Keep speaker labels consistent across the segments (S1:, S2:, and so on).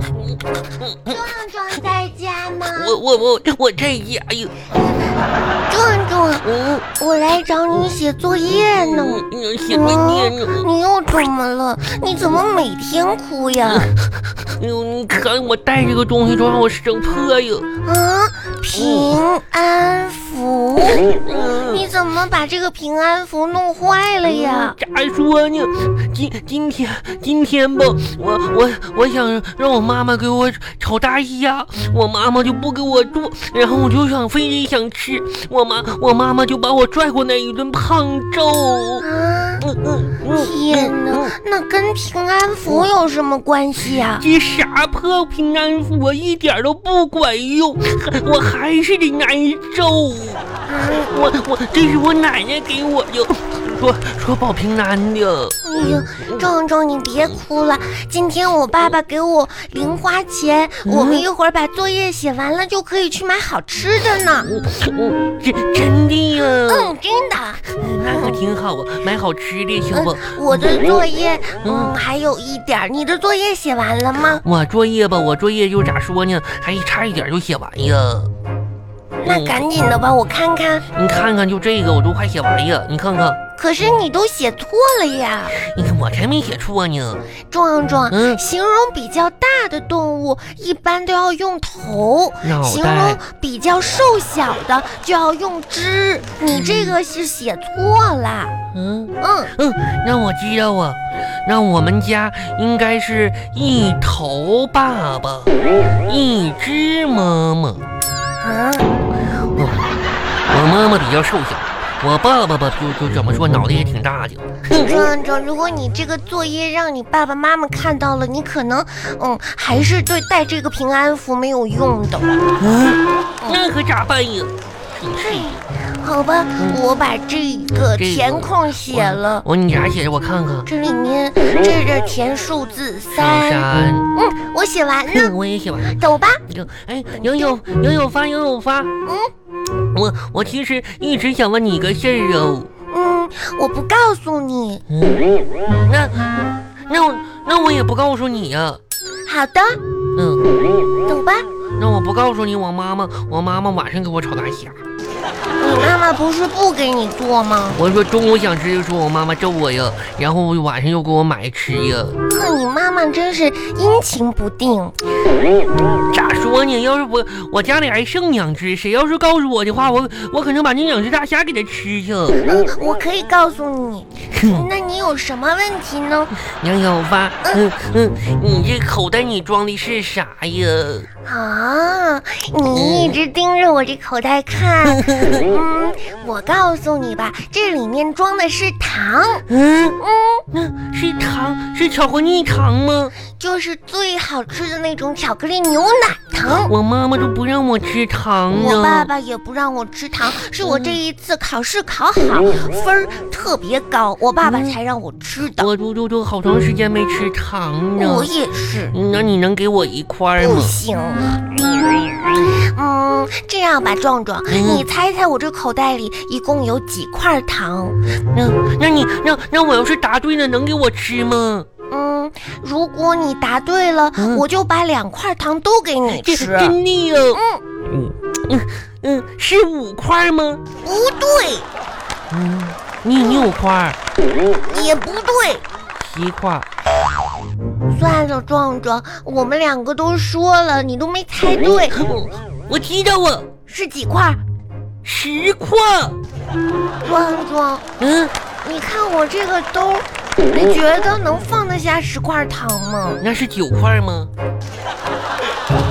S1: 壮壮在家吗？
S2: 我我我我在家，哎呦，
S1: 壮壮，
S2: 嗯，
S1: 我来找你写作业呢。嗯
S2: 嗯写作业呢，
S1: 你又怎么了？你怎么每天 哭呀？
S2: 哎呦，你看我带这个东西都让我生破呀，
S1: 啊，平安符，
S2: 嗯，
S1: 你怎么把这个平安符弄坏了哎呀？
S2: 咋说呢？今今天今天吧，我我我想让我妈妈给我炒大虾，我妈妈就不给我做，然后我就想非得想吃，我妈我妈妈就把我拽过来一顿胖揍。
S1: 啊，
S2: 嗯嗯嗯
S1: 天哪，那跟平安符有什么关系啊呀、
S2: 这啥破平安符啊一点都不管用，还我还是得难受。
S1: 啊？
S2: 我我这是我奶奶给我的，说说保平安的。
S1: 哎呀，
S2: 嗯
S1: 壮壮，你别哭了。今天我爸爸给我零花钱，
S2: 嗯
S1: 我们一会儿把作业写完了就可以去买好吃的呢。
S2: 我我真真的呀、
S1: 嗯，真的。
S2: 那可挺好啊，买好吃的行不
S1: 嗯？，我的作业，嗯，还有一点儿。你的作业写完了吗？
S2: 我作业吧，我作业就咋说呢，还差一点就写完呀。
S1: 那
S2: 嗯
S1: 赶紧的吧，我看看。
S2: 你看看，就这个我都快写完呀，你看看，
S1: 可是你都写错了呀，
S2: 你看我才没写错呢。
S1: 壮壮。
S2: 嗯，
S1: 形容比较大的动物一般都要用头，
S2: 脑
S1: 形
S2: 袋
S1: 容比较瘦小的就要用肢。你这个是写错了。
S2: 嗯。
S1: 嗯，
S2: 嗯，那我知道啊，那我们家应该是一头爸爸，一只妈妈。嗯
S1: 啊，
S2: 我妈妈比较瘦小，我爸爸吧就就怎么说，脑袋也挺大的。
S1: 壮壮，如果你这个作业让你爸爸妈妈看到了，你可能，嗯，还是对带这个平安符没有用的。
S2: 嗯，那可咋办呀？哎
S1: 好吧，我把这个
S2: 这个
S1: 填空写了，
S2: 我你咋写的？我看看。
S1: 这里面这这填数字三，
S2: 山，
S1: 嗯，我写完呢，
S2: 哼我也写完了。
S1: 走吧。
S2: 哎，友友，友友发，友友发。我我其实一直想问你个事儿哦。
S1: 嗯，我不告诉你。
S2: 嗯那那我那我也不告诉你呀、
S1: 好的，
S2: 嗯。
S1: 走吧。
S2: 那我不告诉你，我妈妈，我妈妈晚上给我炒大虾。
S1: 你妈妈不是不给你做吗？
S2: 我说中午想吃，就说我妈妈揍我呀，然后晚上又给我买吃呀。
S1: 可你妈妈真是阴晴不定。
S2: 咋说呢？要是我我家里还剩两只，谁要是告诉我的话，我我可能把那两只大虾给它吃去。
S1: 嗯，我可以告诉你。
S2: 哼，
S1: 那你有什么问题呢？
S2: 杨小发，嗯嗯，你这口袋里装的是啥呀？
S1: 啊，你一直盯着我这口 袋看。嗯，我告诉你吧，这里面装的是糖，
S2: 嗯嗯，那是糖，是巧克力糖吗？
S1: 就是最好吃的那种巧克力牛奶糖。
S2: 我妈妈都不让我吃啊糖呢。
S1: 我爸爸也不让我吃糖，是我
S2: 嗯
S1: 这一次考试考好，分儿特别高，我爸
S2: 嗯
S1: 爸才让我吃的。
S2: 我都都都好长时间没吃糖呢。
S1: 我也是，
S2: 那你能给我一块儿
S1: 不
S2: 吗？
S1: 行。嗯，这样吧，壮壮，
S2: 嗯
S1: 你猜猜我这口袋里一共有几块糖？
S2: 那那你那那我要是答对了，能给我吃吗？
S1: 嗯，如果你答对了，
S2: 嗯
S1: 我就把两块糖都给你
S2: 这
S1: 吃。啊
S2: 真的哦。嗯嗯嗯，是五块吗？
S1: 不对，
S2: 嗯，你六块，
S1: 也不对。
S2: 七块。
S1: 算了，壮壮，我们两个都说了，你都没猜对，
S2: 我知道啊，
S1: 是几块？
S2: 十块。
S1: 壮壮，
S2: 嗯，
S1: 你看我这个兜，你觉得能放得下十块糖吗？
S2: 那是九块吗？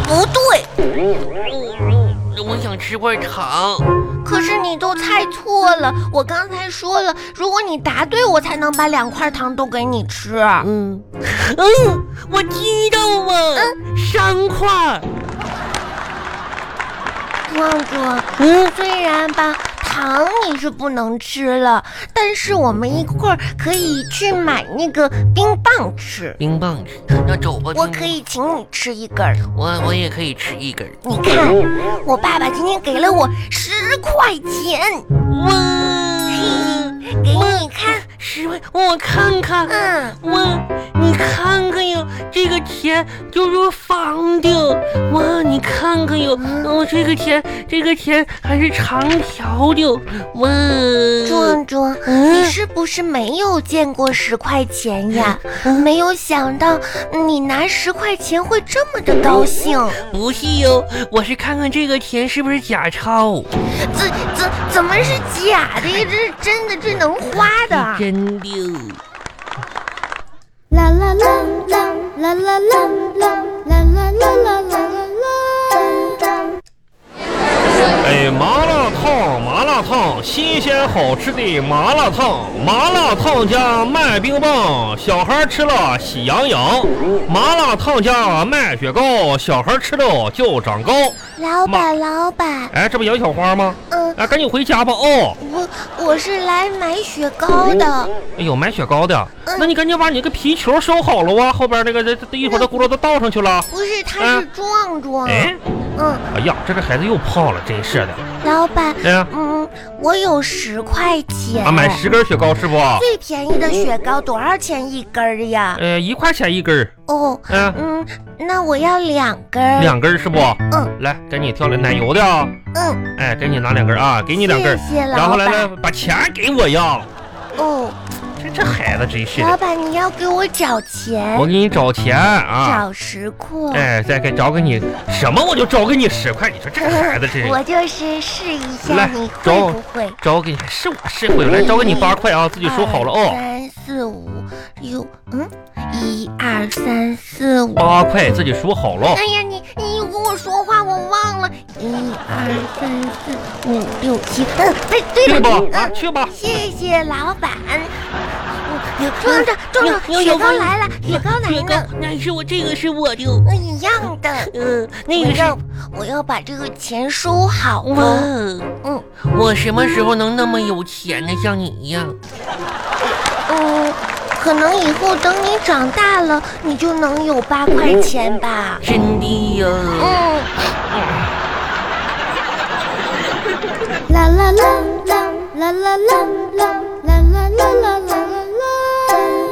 S1: 不对，
S2: 那我想吃块糖。
S1: 可是你都猜错了。我刚才说了，如果你答对，我才能把两块糖都给你吃。
S2: 嗯 嗯，我知道啊，三块。
S1: 嗯壮壮，
S2: 嗯，
S1: 虽然吧，糖你是不能吃了，但是我们一会儿可以去买那个冰棒吃。
S2: 冰棒吃。那走吧。
S1: 我
S2: 冰
S1: 可以请你吃一根儿。
S2: 我我也可以吃一根儿。
S1: 你看，我爸爸今天给了我十块钱。
S2: 哇！
S1: 给你看，
S3: 十块，我看看，
S1: 嗯，
S3: 哇，你看看哟，这个钱就是房的，哇，你看看哟，哦，这个钱，这个钱还是长条的，哇，
S1: 壮壮，
S3: 嗯
S1: 你是不是没有见过十块钱呀？没有想到你拿十块钱会这么的高兴，
S3: 不是哟，我是看看这个钱是不是假钞，
S1: 怎怎怎么是假的呀？这是真的，这能花的啊。
S3: 真的。
S4: 啦啦啦啦啦啦啦啦啦啦啦啦啦啦。
S2: 哎，麻辣烫，麻辣烫，新鲜好吃的麻辣烫，麻辣烫家卖冰棒，小孩吃了喜洋洋；麻辣烫家卖雪糕，小孩吃了就长高。
S1: 老板，老板，
S2: 哎，这不杨小花吗？
S1: 嗯，
S2: 哎，赶紧回家吧！哦，
S1: 我我是来买雪糕的。
S2: 哎呦，买雪糕的，那你赶紧把你个皮球收好了啊！后边那个这这一会儿的轱辘都倒上去了。
S1: 不是，他是壮壮。
S2: 哎，
S1: 嗯，
S2: 哎呀，这个孩子又胖了，真是的。
S1: 老板，
S2: 哎呀，
S1: 嗯，我有十块钱。
S2: 啊，买十根雪糕是不？
S1: 最便宜的雪糕多少钱一根儿呀？
S2: 呃，一块钱一根儿。
S1: 哦，
S2: 嗯、
S1: 嗯，那我要两根儿。
S2: 两根儿是不？
S1: 嗯，
S2: 来，给你挑了奶油的啊，
S1: 嗯，
S2: 哎，给你拿两根儿啊，给你两根儿，
S1: 谢谢
S2: 然
S1: 老
S2: 后来
S1: 板。
S2: 来把钱给我呀，
S1: 哦，
S2: 这这孩子真是
S1: 老
S2: 的，
S1: 板，你要给我找钱
S2: 我，给你找钱啊，
S1: 找十块。
S2: 哎，再给找给你什么我就找给你十块，你说这孩子真是
S1: 我就是试一下
S2: 来
S1: 你会
S2: 找
S1: 不会。
S2: 找给你是我是会，来找给你八块啊，自己收好了
S1: 二
S2: 哦，
S1: 三四五六，嗯，一二三四五。
S2: 八块自己收好了，哦
S1: 哎呀，你你跟我说话，我忘了。一二三四五六七，嗯，对
S2: 去
S1: 对
S2: 吧
S1: 了，
S2: 啊，
S1: 嗯，
S2: 去吧，
S1: 谢谢老板。壮壮，壮壮，
S3: 牛
S1: 雪
S3: 牛
S1: 糕
S3: 牛
S1: 来了，雪糕来
S3: 雪糕
S1: 了，，
S3: 那是我这个是我的，
S1: 嗯，一样的。
S3: 嗯，那
S1: 我
S3: 个是
S1: 要我要把这个钱收好
S3: 哇
S1: 了。，嗯
S3: 我什么时候能那么有钱呢？像你一样，
S1: 嗯，可能以后等你长大了，你就能有八块钱吧。
S3: 真的呀、
S1: 嗯。
S4: 啦啦啦啦啦啦啦啦啦啦啦啦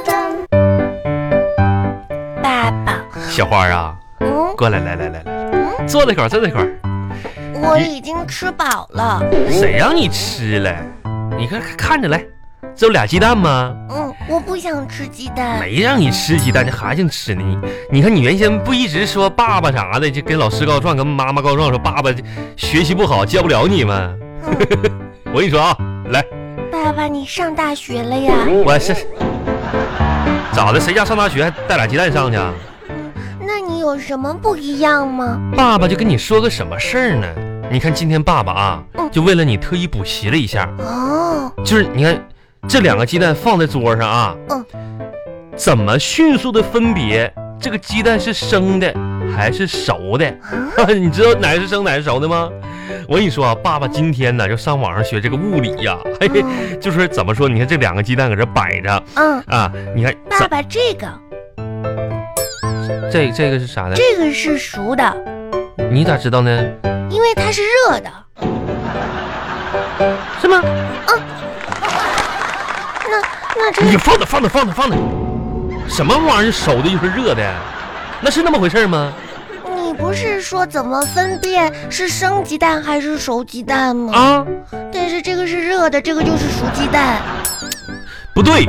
S4: 啦。
S1: 爸爸，
S2: 小花啊，
S1: 嗯，
S2: 过来来来来来，坐那块儿坐那块儿，
S1: 我已经吃饱了。
S2: 谁让你吃了？你看看着来，这不俩鸡蛋吗？
S1: 嗯，我不想吃鸡蛋。
S2: 没让你吃鸡蛋，你还想吃呢？你你看你原先不一直说爸爸啥的，就跟老师告状，跟妈妈告状，说爸爸学习不好，教不了你们。
S1: 嗯，
S2: 我跟你说啊，来，
S1: 爸爸，你上大学了呀？
S2: 我是咋的？谁家上大学还带俩鸡蛋上去啊？
S1: 嗯，那你有什么不一样吗？
S2: 爸爸就跟你说个什么事儿呢？你看今天爸爸啊，就为了你特意补习了一下，
S1: 哦，
S2: 就是你看这两个鸡蛋放在桌上啊，
S1: 嗯
S2: 怎么迅速的分别这个鸡蛋是生的还是熟的？
S1: 啊，
S2: 你知道哪是生哪是熟的吗？我跟你说啊，爸爸今天呢就上网上学这个物理啊 哎呀、嘿嘿，
S1: 嗯
S2: 就是怎么说？你看这两个鸡蛋搁这摆着
S1: 嗯，
S2: 啊，你看
S1: 爸爸，这个
S2: 这这这个是啥呢？
S1: 这个是熟的，
S2: 你咋知道呢？
S1: 因为它是热的。啊
S2: 是吗？
S1: 那那这
S2: 你放那放那放那放那，什么玩意儿熟的又是热的？那是那么回事吗？
S1: 你不是说怎么分辨是生鸡蛋还是熟鸡蛋吗？
S2: 啊，
S1: 但是这个是热的，这个就是熟鸡蛋。
S2: 不对，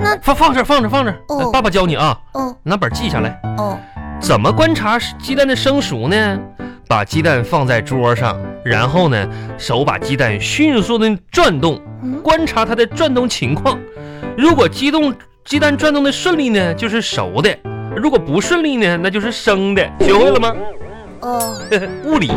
S1: 那
S2: 放放这儿放这儿放这儿，
S1: 哦
S2: 爸爸教你啊，
S1: 哦
S2: 拿本儿记下来。
S1: 哦，
S2: 怎么观察鸡蛋的生熟呢？把鸡蛋放在桌上，然后呢，手把鸡蛋迅速的转动，
S1: 嗯
S2: 观察它的转动情况。如果鸡动鸡蛋转动的顺利呢，就是熟的；如果不 顺利呢，那就是生的。学会了吗？
S1: 哦。
S2: 物理。